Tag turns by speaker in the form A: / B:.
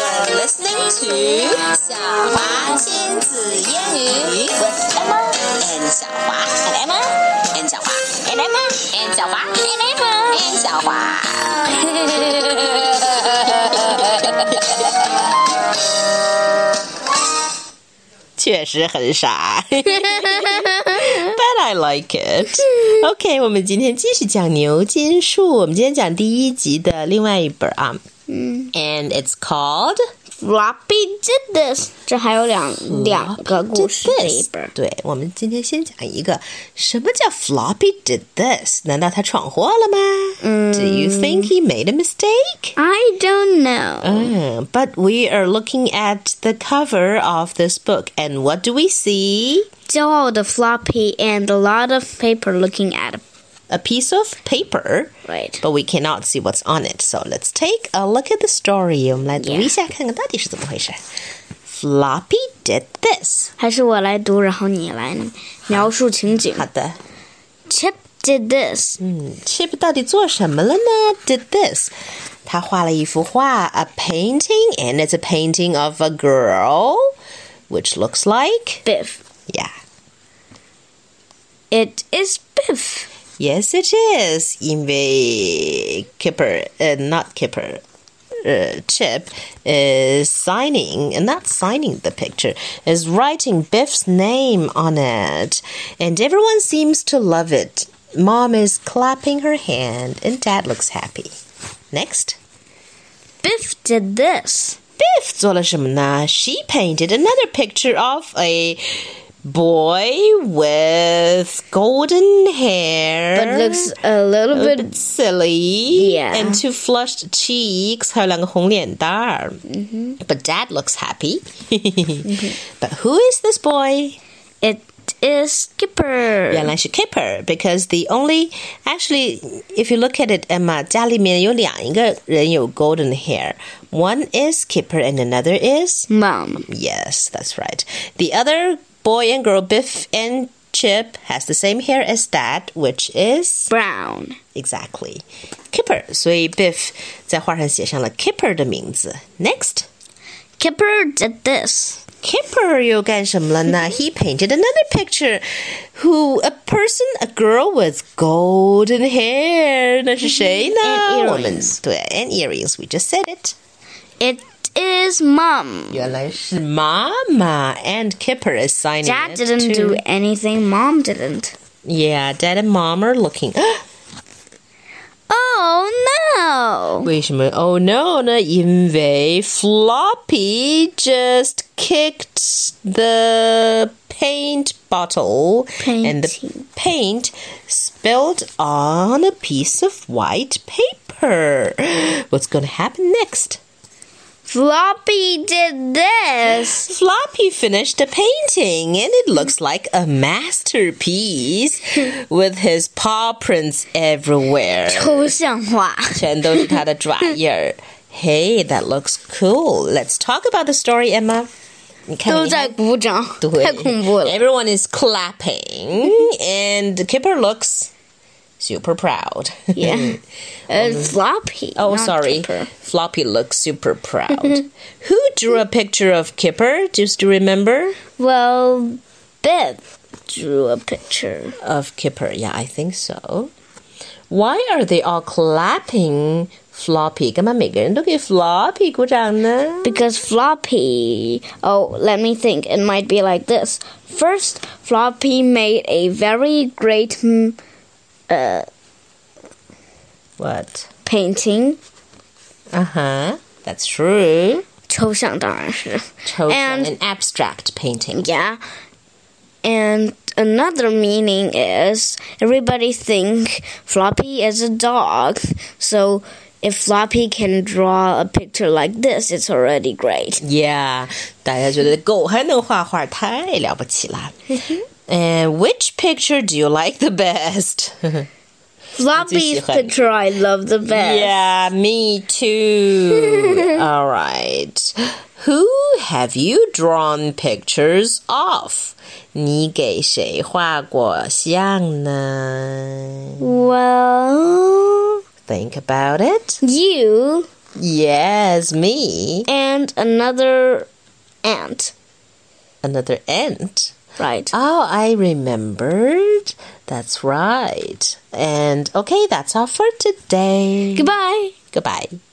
A: listening to 小华亲子英语 with Emma and 小华 and Emma and 小华 and Emma and 小华 and Emma and 小华。
B: 确实很傻，But I like it. OK，我们今天继续讲牛津树。我们今天讲第一集的另外一本啊，嗯，And it's called
C: Floppy did this，这还有两两个故事这一
B: This
C: 本儿。
B: 对，我们今天先讲一个，什么叫 Floppy did this？难道他闯祸了吗、d o you think he made a mistake？
C: I don't know，
B: 嗯，But we are looking at the cover of this book, and what do we see?
C: 骄傲的 Floppy and a lot of paper looking at it.
B: A piece of paper.
C: Right.
B: but we cannot see what's on it. So let's take a look at the story. 我们来读一下，看看到底是怎么回事。Floppy did this.
C: 还是我来读，然后你来描述情景。Chip did this.
B: Chip 到底做什么了呢？Did this. 他画了一幅画, a painting, and it's a painting of a girl, which looks like,
C: Biff.
B: yeah.
C: It is Biff.
B: Yes, it is. 因为 Kipper, uh, not Kipper, uh, Chip is signing, and not signing the picture, is writing Biff's name on it. And everyone seems to love it. Mom is clapping her hand, and Dad looks happy. Next.
C: Biff did this.
B: Biff 做了什么呢? She painted another picture of a boy with golden hair.
C: But looks a little
B: a bit
C: bit.
B: silly
C: Yeah.
B: and two flushed cheeks 还有两个红脸蛋儿。But dad looks happy. But who is this boy?
C: It is Skipper.
B: 原来是 Kipper because the only actually if you look at it Emma 家里面有两个人有 golden hair. One is Kipper and another is
C: Mom.
B: Yes, that's right. The other boy and girl Biff and Chip has the same hair as dad, which is
C: Brown.
B: Exactly. Kipper. 所以 Biff 在画上写上了 Kipper Next,
C: Kipper did this.
B: Kipper 又干什么了呢？He painted another picture. Who a person, a girl with golden hair. 那是谁呢？
C: And earrings.
B: 我们对 and earrings. We just said it.
C: It is Mom.
B: 原来是 Mama and Kipper is signing.
C: Dad
B: it
C: didn't
B: too.
C: do anything. Mom didn't.
B: Yeah, Dad and Mom are looking.
C: Oh no!
B: 为什么 oh no 呢？因为 Floppy just kicked the paint bottle and the
C: Painting.
B: paint spilled on a piece of white paper. What's going to happen next?
C: Floppy did this.
B: Floppy finished the painting and it looks like a masterpiece with his paw prints everywhere.
C: 抽象化。
B: 全都是他的爪印儿。hey, that looks cool. Let's talk about the story, Emma. 你看，
C: 都在鼓掌，
B: 你看，对。
C: 太恐怖了。
B: Everyone is clapping, and Kipper looks super proud.
C: Yeah. It's floppy.
B: oh,
C: not
B: sorry.
C: paper.
B: Floppy looks super proud. Who drew a picture of Kipper? Just to remember
C: Well, Bev drew a picture.
B: of Kipper. Yeah, I think so. Why are they all clapping? Floppy 干嘛每个人都给 Floppy 鼓掌呢？
C: Because Floppy. Oh, let me think. It might be like this. First, Floppy made a very great mm, uh,
B: What?
C: painting.
B: Uh huh. That's true.
C: 抽象当然是。
B: Chosen
C: And-
B: an abstract painting.
C: Yeah. And another meaning is everybody think Floppy is a dog. So if Floppy can draw a picture like this, it's already great.
B: Yeah. 大家觉得狗还能画画，太了不起了。And which picture do you like the best?
C: Floppy's
B: 最喜欢的。
C: picture I love the best.
B: Yeah, me too. All right. Who have you drawn pictures of? 你给谁画过像呢？
C: Well, Mm.
B: Think about it.
C: you
B: Yes, me.
C: and another ant,
B: Another ant.
C: right?
B: Oh, I remembered. That's right. And okay, that's all for today.
C: Goodbye.
B: Goodbye.